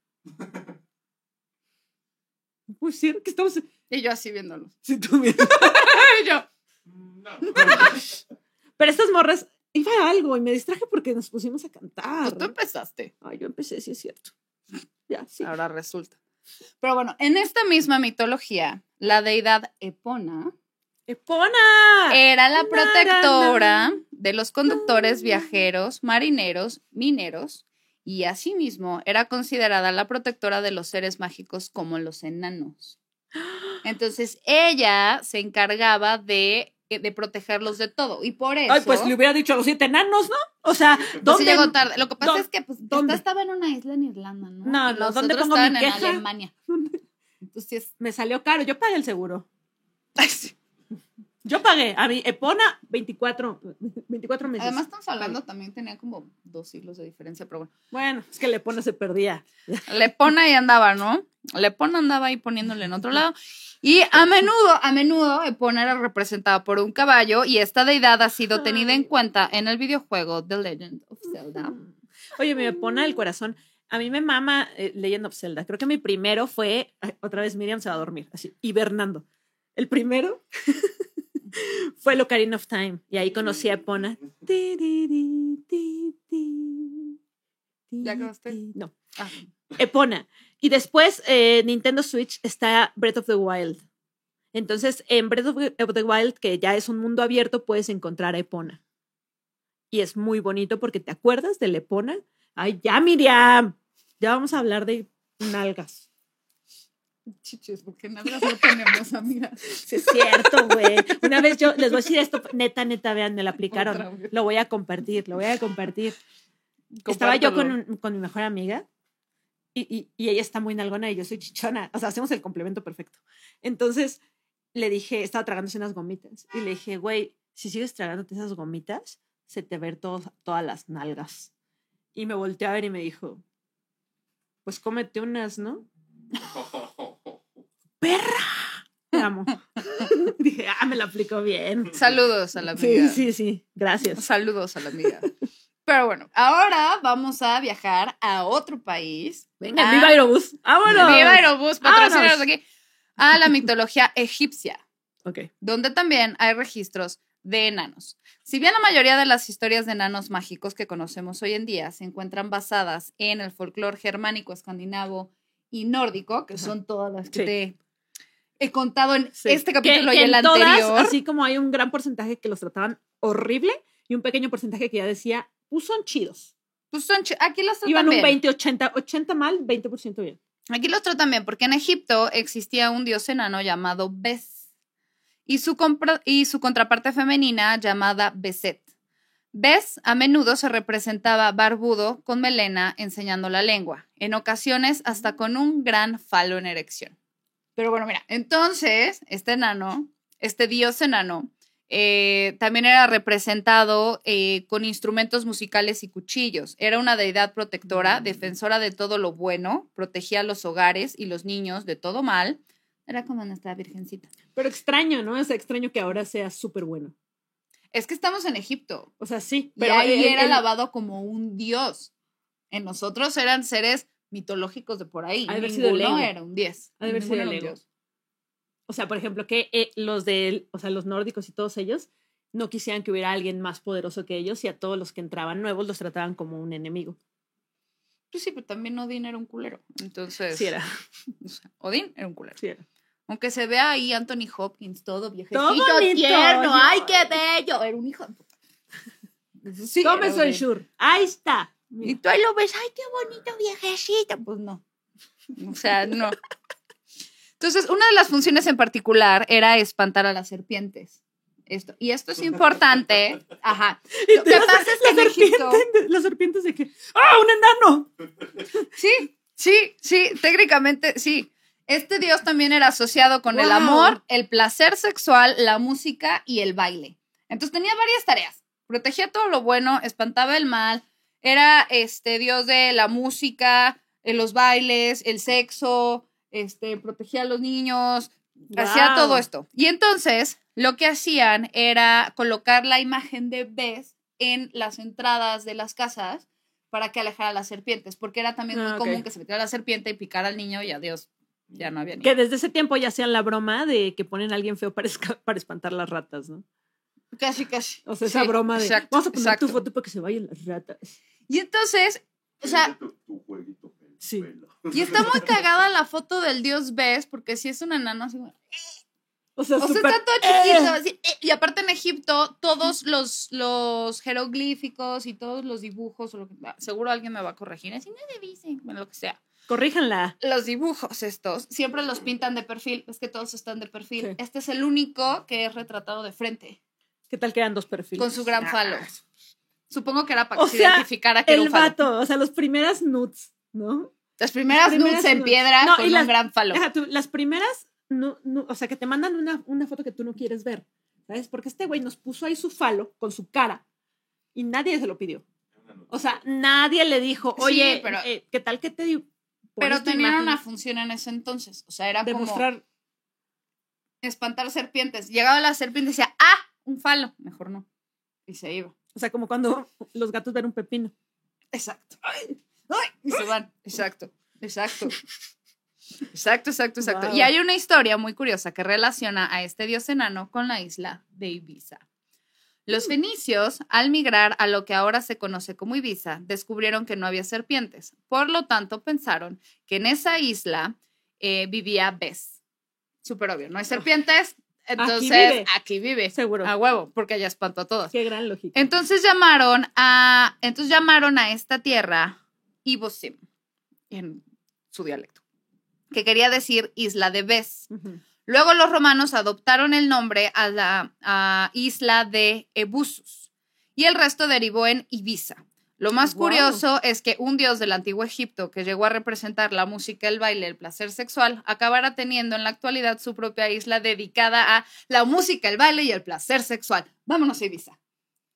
No puede ser que estamos. Y yo así viéndolo. Si tuviera- Y yo, No. Pero estas morras, iba a algo y me distraje porque nos pusimos a cantar. pues tú empezaste. Ay, yo empecé, sí es cierto. Ya, sí. Ahora resulta. Pero bueno, en esta misma mitología, la deidad Epona ¡Epona! era la na, protectora na, de los conductores, na. viajeros, marineros, mineros y asimismo era considerada la protectora de los seres mágicos como los enanos. Entonces ella se encargaba de, eh, de protegerlos de todo y por eso... Ay, pues le hubiera dicho a los siete enanos, ¿no? O sea, pues, sí ¿dónde? llegó tarde. Lo que pasa dó- es que pues, esta dónde? estaba en una isla en Irlanda, ¿no? No, Y no, los ¿dónde otros pongo mi estaban queja? en Alemania. Entonces, Me salió caro, yo pagué el seguro. Yo pagué a mi Epona 24, 24 meses. además estamos hablando, también tenía como dos siglos de diferencia, pero bueno. bueno, es que el Epona se perdía. Lepona ahí andaba, ¿no? Lepona andaba ahí poniéndole en otro lado. Y a menudo, a menudo, Epona era representada por un caballo y esta deidad ha sido tenida en cuenta en el videojuego The Legend of Zelda. Oye, me pone el corazón. A mí me mama eh, Legend of Zelda. Creo que mi primero fue, ay, otra vez Miriam se va a dormir, así, hibernando. El primero fue Locarina of Time y ahí conocí a Epona. Ti, ti, ti, ti, ti, ti, ¿Ya acabaste? ti. No, Ah, Epona. Y después eh, Nintendo Switch está Breath of the Wild. Entonces, en Breath of of the Wild, que ya es un mundo abierto, puedes encontrar a Epona. Y es muy bonito porque te acuerdas de la Epona. Ay, ya, Miriam. Ya vamos a hablar de nalgas. chichis, porque nada más no tenemos, amiga. Sí, es cierto, güey. Una vez yo les voy a decir esto, neta, neta, vean, me la Otra aplicaron. vez. Lo voy a compartir, lo voy a compartir. Estaba yo con, Compártelo. un- con mi mejor amiga y, y- y ella está muy nalgona y yo soy chichona. O sea, hacemos el complemento perfecto. Entonces le dije, estaba tragándose unas gomitas y le dije, güey, si sigues tragándote esas gomitas, se te ver todos todas las nalgas. Y me volteó a ver y me dijo, pues cómete unas, ¿no? Te amo. dije, ah, me la aplicó bien. Saludos a la Sí, amiga. sí, sí. Gracias. Saludos a la amiga. Pero bueno, ahora vamos a viajar a otro país. Venga, Ah. viva Aerobús. ¡Vámonos! Viva Aerobús, patrocínanos Vámonos. aquí. A la mitología egipcia. Ok. donde también hay registros de enanos. Si bien la mayoría de las historias de enanos mágicos que conocemos hoy en día se encuentran basadas en el folclore germánico, escandinavo y nórdico, que Ajá. son todas las que Sí. te he contado en Sí. este Que- capítulo que y el en todas, anterior. así como hay un gran porcentaje que los trataban horrible y un pequeño porcentaje que ya decía, pues son chidos. Pues son chi- aquí los tratan Iban un bien. 20, 80, 80 mal, 20% bien. Aquí los tratan bien, porque en Egipto existía un dios enano llamado Bes y su, compra- y su contraparte femenina llamada Beset. Bes a menudo se representaba barbudo con melena enseñando la lengua, en ocasiones hasta con un gran falo en erección. Pero bueno, mira, entonces este enano, este dios enano, eh, también era representado eh, con instrumentos musicales y cuchillos. Era una deidad protectora, Mm. defensora de todo lo bueno, protegía los hogares y los niños de todo mal. Era como nuestra virgencita. Pero extraño, ¿no? Es extraño que ahora sea súper bueno. Es que estamos en Egipto O sea, sí. y Pero ahí el- era el- alabado como un dios. En nosotros eran seres mitológicos de por ahí. Ha de haber sido Ninguno el ego. era un diez. Ha de haber Ninguno sido era el un ego. dios. O sea, por ejemplo, que eh, los de, o sea, los nórdicos y todos ellos no quisieran que hubiera alguien más poderoso que ellos y a todos los que entraban nuevos los trataban como un enemigo. Pues sí, pero también Odín era un culero. Entonces, Sí era, o sea, Odín era un culero. sí era. Aunque se vea ahí Anthony Hopkins, todo viejecito, Todo lindo, tierno, yo- ay, qué bello. Era un hijo de puta. Sí, Tome era su un- Ensure. Ahí está. Y tú ahí lo ves, ay, qué bonito viejecito. Pues no. O sea, no. Entonces, una de las funciones en particular era espantar a las serpientes. Esto. Y esto es importante. Ajá. Lo que pasa es que en las, Egipto. serpientes, las serpientes de que, ¡ah, un enano! Sí, sí, sí, técnicamente sí. Este dios también era asociado con el Wow. amor, el placer sexual, la música y el baile. Entonces tenía varias tareas. Protegía todo lo bueno, espantaba el mal, era este dios de la música, eh, los bailes, el sexo, este protegía a los niños, hacía Wow. todo esto. Y entonces lo que hacían era colocar la imagen de Bes en las entradas de las casas para que alejara a las serpientes, porque era también muy Ah, ok. común que se metiera la serpiente y picara al niño y adiós, ya no había niño. Que desde ese tiempo ya hacían la broma de que ponen a alguien feo para, esca- para espantar las ratas, ¿no? Casi, casi. O sea, esa Sí, broma de, exacto, vamos a poner exacto. tu foto para que se vayan las ratas. Y entonces, o sea, Tu, tu jueguito. pelo, Sí. pelo. y está muy cagada la foto del dios Bes, porque si es un enano así, bueno, O sea, O sea, súper- está todo chiquito. así, eh, y aparte en Egipto, todos los, los jeroglíficos y todos los dibujos, o lo que- seguro alguien me va a corregir, así no se dicen, bueno, lo que sea. corríjanla. Los dibujos estos siempre los pintan de perfil, es que todos están de perfil. Sí. Este es el único que es retratado de frente, ¿Qué tal quedan dos perfiles? con su gran falo. Supongo que era para Ah. O que se sea, identificara que era El un falo. vato, o sea, los primeras nudes, ¿no? Las primeras, Las primeras nudes en nudes. piedra No, con y las- un gran falo. Ajá, tú, las primeras, no, no, o sea, que te mandan una, una foto que tú no quieres ver, ¿sabes? Porque este güey nos puso ahí su falo con su cara y nadie se lo pidió. O sea, nadie le dijo, Sí, oye, pero- eh, ¿qué tal que te di- Pero pones tu tenían imagen una función en ese entonces. O sea, era de como mostrar espantar serpientes. Llegaba la serpiente y decía, ah, un falo. Mejor no. Y se iba. O sea, como cuando los gatos ven un pepino. Exacto. Ay, ay, y se van. Exacto, exacto. Exacto, exacto, exacto. Wow. Y hay una historia muy curiosa que relaciona a este dios enano con la isla de Ibiza. Los fenicios, al migrar a lo que ahora se conoce como Ibiza, descubrieron que no había serpientes. Por lo tanto, pensaron que en esa isla eh, vivía Bes. Súper obvio, no hay serpientes, entonces vive. aquí vive. Seguro. A huevo, porque ya espantó a todas. Qué gran lógica. Entonces llamaron a, entonces llamaron a esta tierra Ibosim, en su dialecto, que quería decir isla de Bes. Ujú. Luego los romanos adoptaron el nombre a la a isla de Ebusus y el resto derivó en Ibiza. Lo más Guau. curioso es que un dios del antiguo Egipto que llegó a representar la música, el baile, el placer sexual, acabará teniendo en la actualidad su propia isla dedicada a la música, el baile y el placer sexual. Vámonos a Ibiza.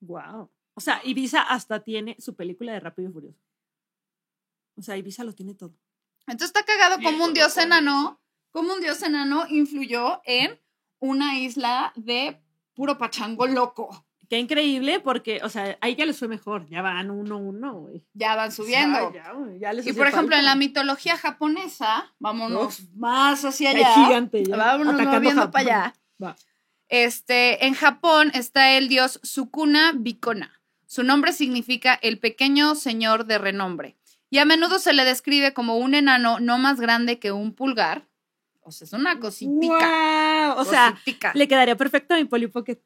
Wow. O sea, Ibiza hasta tiene su película de Rápido y Furioso. O sea, Ibiza lo tiene todo. Entonces está cagado Sí, como un todo dios con enano, como un dios enano influyó en una isla de puro pachango loco. Qué increíble porque, o sea, ahí ya les fue mejor. Ya van uno uno, güey. Ya van subiendo. O sea, ya, güey, ya les y hacía por ejemplo, falta. en la mitología japonesa, vámonos más hacia Ay, allá. gigante. ya, Vámonos atacando moviendo Japón. para allá. Va. Este, en Japón está el dios Sukuna Bikona. Su nombre significa el pequeño señor de renombre. Y a menudo se le describe como un enano no más grande que un pulgar. O sea, es una cositica. Pues ¡Guau! O sea, cositica. Ah. le quedaría perfecto a mi Polly Pocket.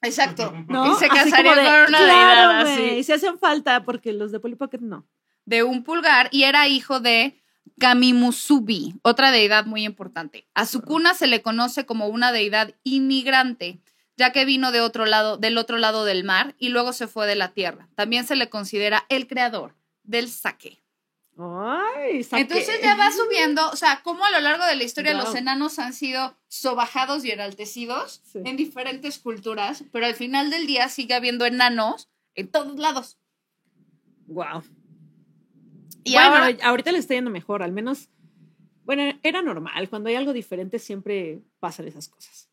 Exacto. ¿no? Y se Así casaría como de, con una "Claro, deidad así". güey, Se hacen falta porque los de Polly Pocket no. de un pulgar y era hijo de Kamimusubi, otra deidad muy importante. A Sukuna se le conoce como una deidad inmigrante, ya que vino de otro lado, del otro lado del mar y luego se fue de la tierra. También se le considera el creador del sake. Ay, saqué. Entonces ya va subiendo, o sea, cómo a lo largo de la historia Wow. los enanos han sido sobajados y enaltecidos Sí. en diferentes culturas, pero al final del día sigue habiendo enanos en todos lados. Wow. Y bueno, ahora- ahorita le está yendo mejor, al menos. Bueno, era normal. Cuando hay algo diferente siempre pasan esas cosas.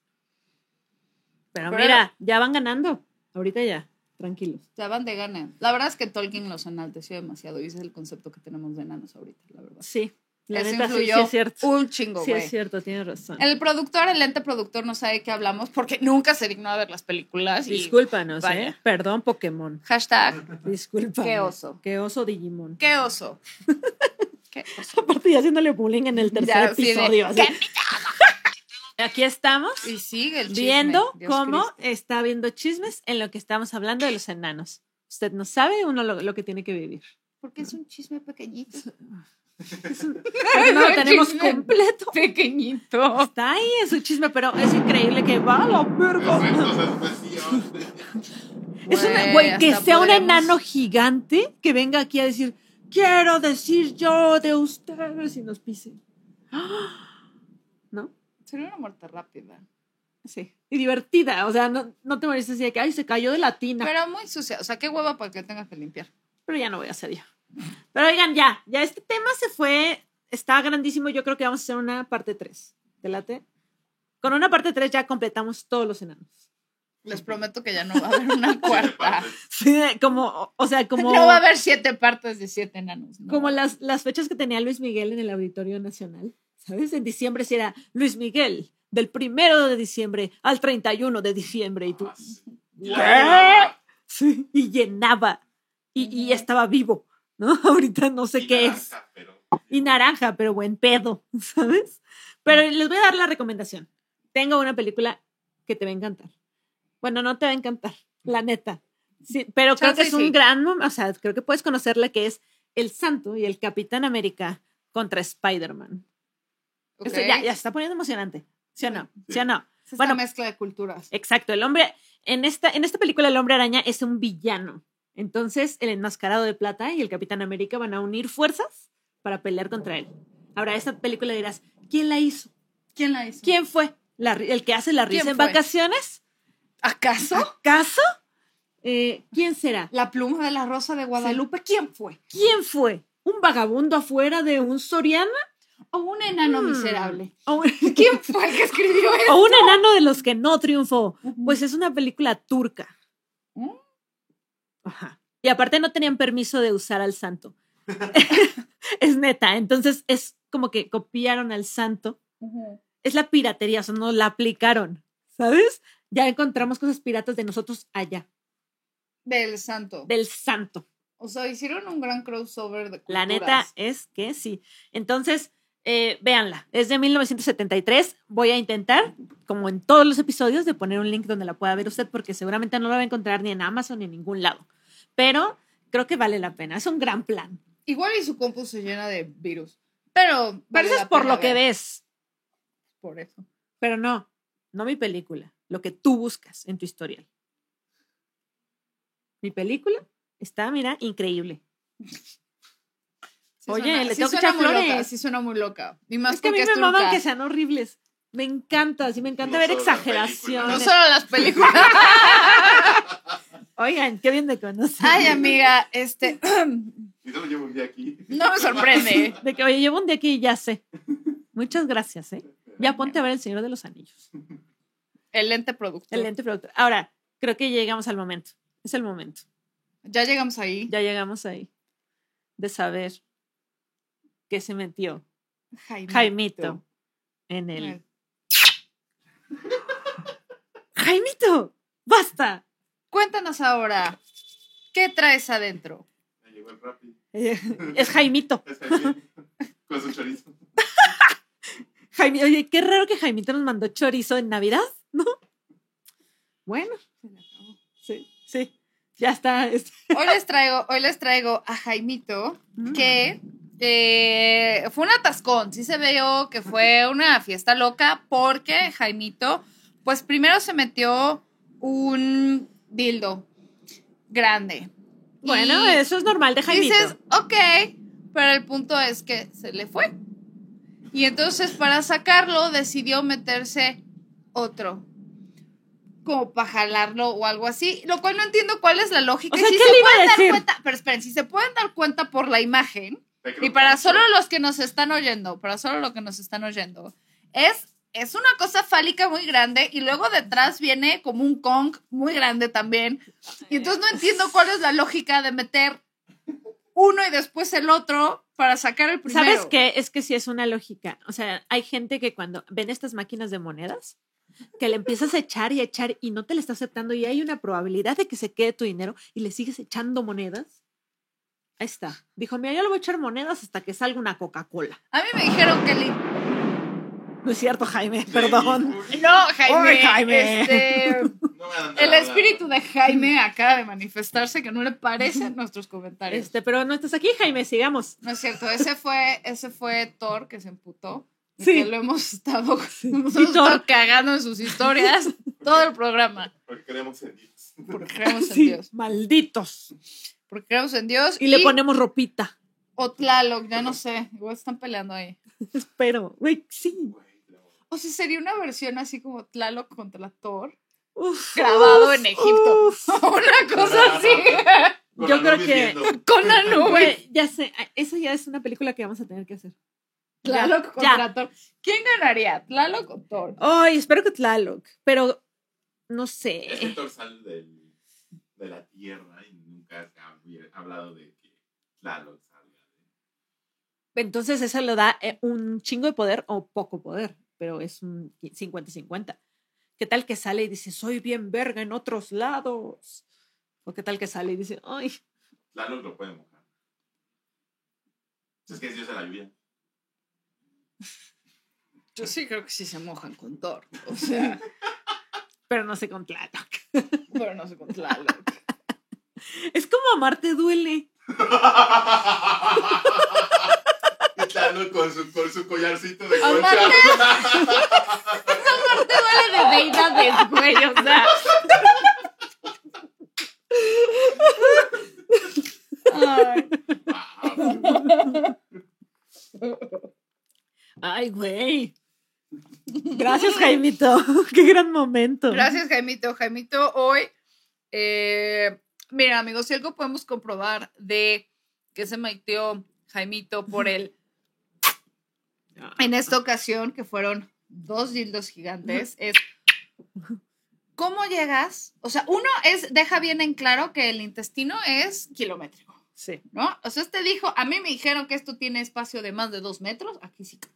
Pero, Pero- mira, ya van ganando. Ahorita ya, tranquilos. Ya van de gana. La verdad es que Tolkien los enalteció demasiado y ese es el concepto que tenemos de enanos ahorita, la verdad. Sí, la Eso neta sí, sí influyó es cierto. Un chingo, sí güey. es cierto, tienes razón. el productor, el ente productor, no sabe de qué hablamos porque nunca se dignó a ver las películas. Y Discúlpanos, vaya. ¿eh? Perdón, Pokémon. Hashtag, Disculpa. Qué oso. Qué oso Digimon. qué oso. qué oso. Aparte, ya haciéndole bullying en el tercer Ya, sí, de- episodio. así. ¿Qué? Aquí estamos Y sigue el chisme, viendo Dios cómo Cristo. está habiendo chismes en lo que estamos hablando de los enanos. Usted no sabe uno lo, lo que tiene que vivir. Porque es un chisme pequeñito. Porque No lo El tenemos chisme Oh. completo. Pequeñito. Está ahí, es un chisme, pero es increíble que va a la Los verga. restos es cuestión. Es una, Güey, güey, que hasta sea un podríamos- enano gigante que venga aquí a decir, quiero decir yo de ustedes y nos pise. ¿No? Sería una muerte rápida. Sí. Y divertida, o sea, no, no te moriste así de que, ay, se cayó de la tina. Pero muy sucia. O sea, qué hueva para que tengas que limpiar. pero ya no voy a hacer yo. Pero oigan, ya, ya este tema se fue, está grandísimo, yo creo que vamos a hacer una parte 3, ¿te late? Con una parte 3 ya completamos todos los enanos. Les prometo que ya no va a haber una cuarta. Sí, como, o sea, como, No va a haber siete partes de siete enanos. no. como las, las fechas que tenía Luis Miguel en el Auditorio Nacional, ¿sabes? En diciembre sí era Luis Miguel, del primero de diciembre al 31 de diciembre, y tú, Ya. sí, y llenaba, y, y estaba vivo, ¿no? Ahorita no sé Y qué es. naranja, pero- y naranja, pero buen pedo, ¿sabes? Pero les voy a dar la recomendación. Tengo una película que te va a encantar. Bueno, no te va a encantar, la neta. Sí, pero creo Chance que es un sí. gran, mom- o sea, creo que puedes conocerla que es El Santo y el Capitán América contra Spider-Man. Ok. Esto ya, ya se está poniendo emocionante. ¿Sí o no? ¿Sí o no? Es esta bueno. mezcla de culturas. Exacto, el hombre, en esta, en esta película el hombre araña es un villano. Entonces el enmascarado de plata y el Capitán América van a unir fuerzas para pelear contra él. Ahora, esta película dirás, ¿quién la hizo? ¿Quién la hizo? ¿Quién fue? La ri- ¿El que hace la risa ¿Quién en fue? vacaciones? ¿Acaso? ¿Acaso? Eh, ¿Quién será? La pluma de la rosa de Guadalupe. ¿Quién fue? ¿Quién fue? ¿Un vagabundo afuera de un Soriana? O un enano Mm. miserable. ¿O un, ¿Quién fue el que escribió eso? o un enano de los que no triunfó? Pues es una película turca. Mm. Ajá. Y aparte no tenían permiso de usar al santo. es neta. Entonces es como que copiaron al santo. Ujú. Es la piratería, o sea, no la aplicaron. ¿Sabes? Ya encontramos cosas piratas de nosotros allá, Del santo. del santo. O sea, hicieron un gran crossover de culturas. La neta es que sí. Entonces, eh, véanla. Es de 1973. Voy a intentar, como en todos los episodios, de poner un link donde la pueda ver usted, porque seguramente no la va a encontrar ni en Amazon ni en ningún lado. Pero creo que vale la pena. Es un gran plan. Igual y su compu se llena de virus. Pero. Pero vale eso es la por pena lo que ver. ves. Por eso. Pero no, no mi película. Lo que tú buscas en tu historial. Mi película está, mira, increíble. Sí Oye, suena- le sí tengo que suena echar muy loca, flores. Sí, suena muy loca. Y más es que a mí porque me turca. maman que sean horribles. Me encanta, sí, me encanta No ver solo las películas. No exageraciones. solo las películas. Oigan, qué bien de conocer. Ay, amiga, este. Y solo llevo un día aquí. No me sorprende. De que, oye, llevo un día aquí y ya sé. Muchas gracias, ¿eh? Ya ponte a ver El Señor de los Anillos. El lente productor. El lente productor. Ahora, creo que llegamos al momento. Es el momento. Ya llegamos ahí. Ya llegamos ahí. De saber qué se metió Jaime. Jaimito en el Jaimito, basta. Cuéntanos ahora, ¿qué traes adentro? Ahí llegó el Rappi. Es Jaimito. Está aquí, Con su chorizo. Jaime, oye, qué raro que Jaimito nos mandó chorizo en Navidad, ¿no? Bueno, sí, sí. Ya está. es- Hoy les traigo, hoy les traigo a Jaimito, Mm. que eh, fue un atascón. Sí se vio que fue una fiesta loca porque Jaimito, pues primero se metió un dildo grande. Bueno, Y eso es normal de Jaimito. Dices, ok, pero el punto es que se le fue. Y entonces para sacarlo decidió meterse otro. Como para jalarlo o algo así. Lo cual no entiendo cuál es la lógica. O Y sea, si ¿qué se le iba a pueden dar decir? cuenta- pero esperen, si se pueden dar cuenta por la imagen, Te creo y un para cacho. solo los que nos están oyendo, para solo los que nos están oyendo, es, es una cosa fálica muy grande y luego detrás viene como un Kong muy grande también. Y entonces no entiendo cuál es la lógica de meter uno y después el otro para sacar el primero. ¿Sabes qué? Es que sí es una lógica. O sea, hay gente que cuando ven estas máquinas de monedas, que le empiezas a echar y a echar y no te le está aceptando y hay una probabilidad de que se quede tu dinero y le sigues echando monedas. Ahí está. Dijo, mira, yo le voy a echar monedas hasta que salga una Coca-Cola. A mí me dijeron que le... No es cierto, Jaime, Sí, perdón. uy, No, Jaime. Ay, Jaime. este, no me van a andar el hablando. espíritu de Jaime acaba de manifestarse que no le parecen nuestros comentarios. Este, pero no estás aquí, Jaime, sigamos. No es cierto, ese fue, ese fue Thor que se emputó. y Sí. Que lo hemos estado, hemos Sí, estado Thor. cagando en sus historias todo el programa. Porque creemos en Dios. Porque creemos en Sí, Dios. malditos. Porque creemos en Dios. Y le ponemos ropita. O Tlaloc, ya no sé. Igual están peleando ahí. Espero. Güey, sí. Güey, no. O sea, sería una versión así como Tlaloc contra Thor. Uf, Grabado uf, en Egipto. uf. una cosa así. Con Yo la creo luz que- viendo. Con la nube. Güey, ya sé, ah, eso ya es una película que vamos a tener que hacer. Tlaloc Ya. contra Thor. ¿Quién ganaría? ¿Tlaloc o Thor? Ay, espero que Tlaloc, pero no Es que sé. Thor sale del, de la tierra y nunca se ha había hablado de que Tlaloc salga. Entonces eso le da eh, un chingo de poder o poco poder, pero es un 50-50. ¿Qué tal que sale y dice, soy bien verga en otros lados? ¿O qué tal que sale y dice, ay, Tlaloc lo puede mojar. Es que es Dios de la lluvia. Yo sí creo que sí se mojan con Thor. O sea, pero no sé con Tlaloc? pero no sé con Tlaloc. Es como amarte duele. Tlaloc con su, con su collarcito de Aparte- concha. te duele de deidades, güey, o sea. Ay, Wow. Ay, güey. Gracias, Jaimito. Qué gran momento. Gracias, Jaimito. Jaimito, hoy, eh, mira, amigos, si algo podemos comprobar de que se metió Jaimito por él en esta ocasión, que fueron dos dildos gigantes, es cómo llegas. O sea, uno es, deja bien en claro que el intestino es kilométrico. Sí. ¿no? O sea, este dijo, a mí me dijeron que esto tiene espacio de más de dos metros, aquí sí. cabe.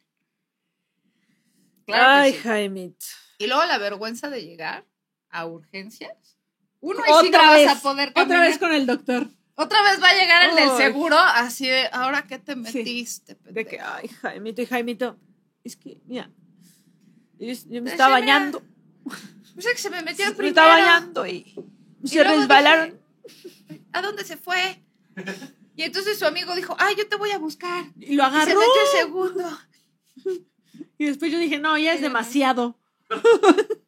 Claro que Ay, sí. Jaimito. Y luego la vergüenza de llegar a urgencias. Uno y sí no Otra vez. vas a poder Otra caminar. vez con el doctor. Otra vez va a llegar el del Ay. seguro, así de, ¿ahora qué te Sí. metiste? De que, pendejo?". ay, Jaimito y Jaimito. Es que, mira. Yo, yo me Pues estaba sí, mira, bañando. O sea, que se me metió el Me estaba primero. bañando y. Y Se luego resbalaron. dije, ¿A dónde se fue? Y entonces su amigo dijo, ay, yo te voy a buscar. Y lo Y se agarró. metió el segundo. Y después yo dije, no, ya es Y luego- demasiado.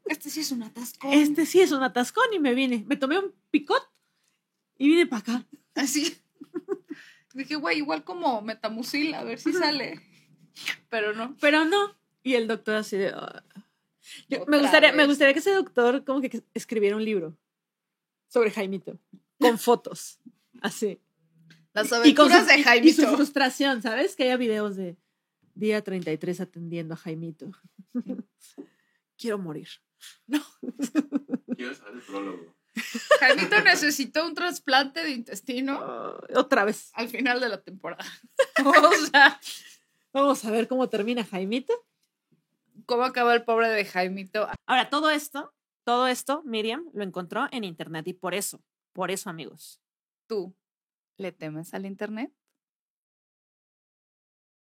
Este sí es un atasco. Este sí es un atascón y me vine. Me tomé un picot y vine para acá. Así. Dije, güey, igual como metamucil, a ver si sale. Pero no. Pero no. Y el doctor así de. "Ah". Yo- me, Otra gustaría, me vez. gustaría que ese doctor como que escribiera un libro sobre Jaimito. Con fotos. Así. Las Y con aventuras su- y- de Y su Jaimito. frustración, ¿sabes? Que haya videos de día 33 atendiendo a Jaimito. Quiero morir. Quiero saber el prólogo. Jaimito necesitó un trasplante de intestino Ah, otra vez. al final de la temporada. O sea, Vamos a ver cómo termina Jaimito. cómo acaba el pobre de Jaimito. Ahora, todo esto Todo esto Miriam lo encontró en internet y por eso, por eso amigos, ¿Tú le temes al internet?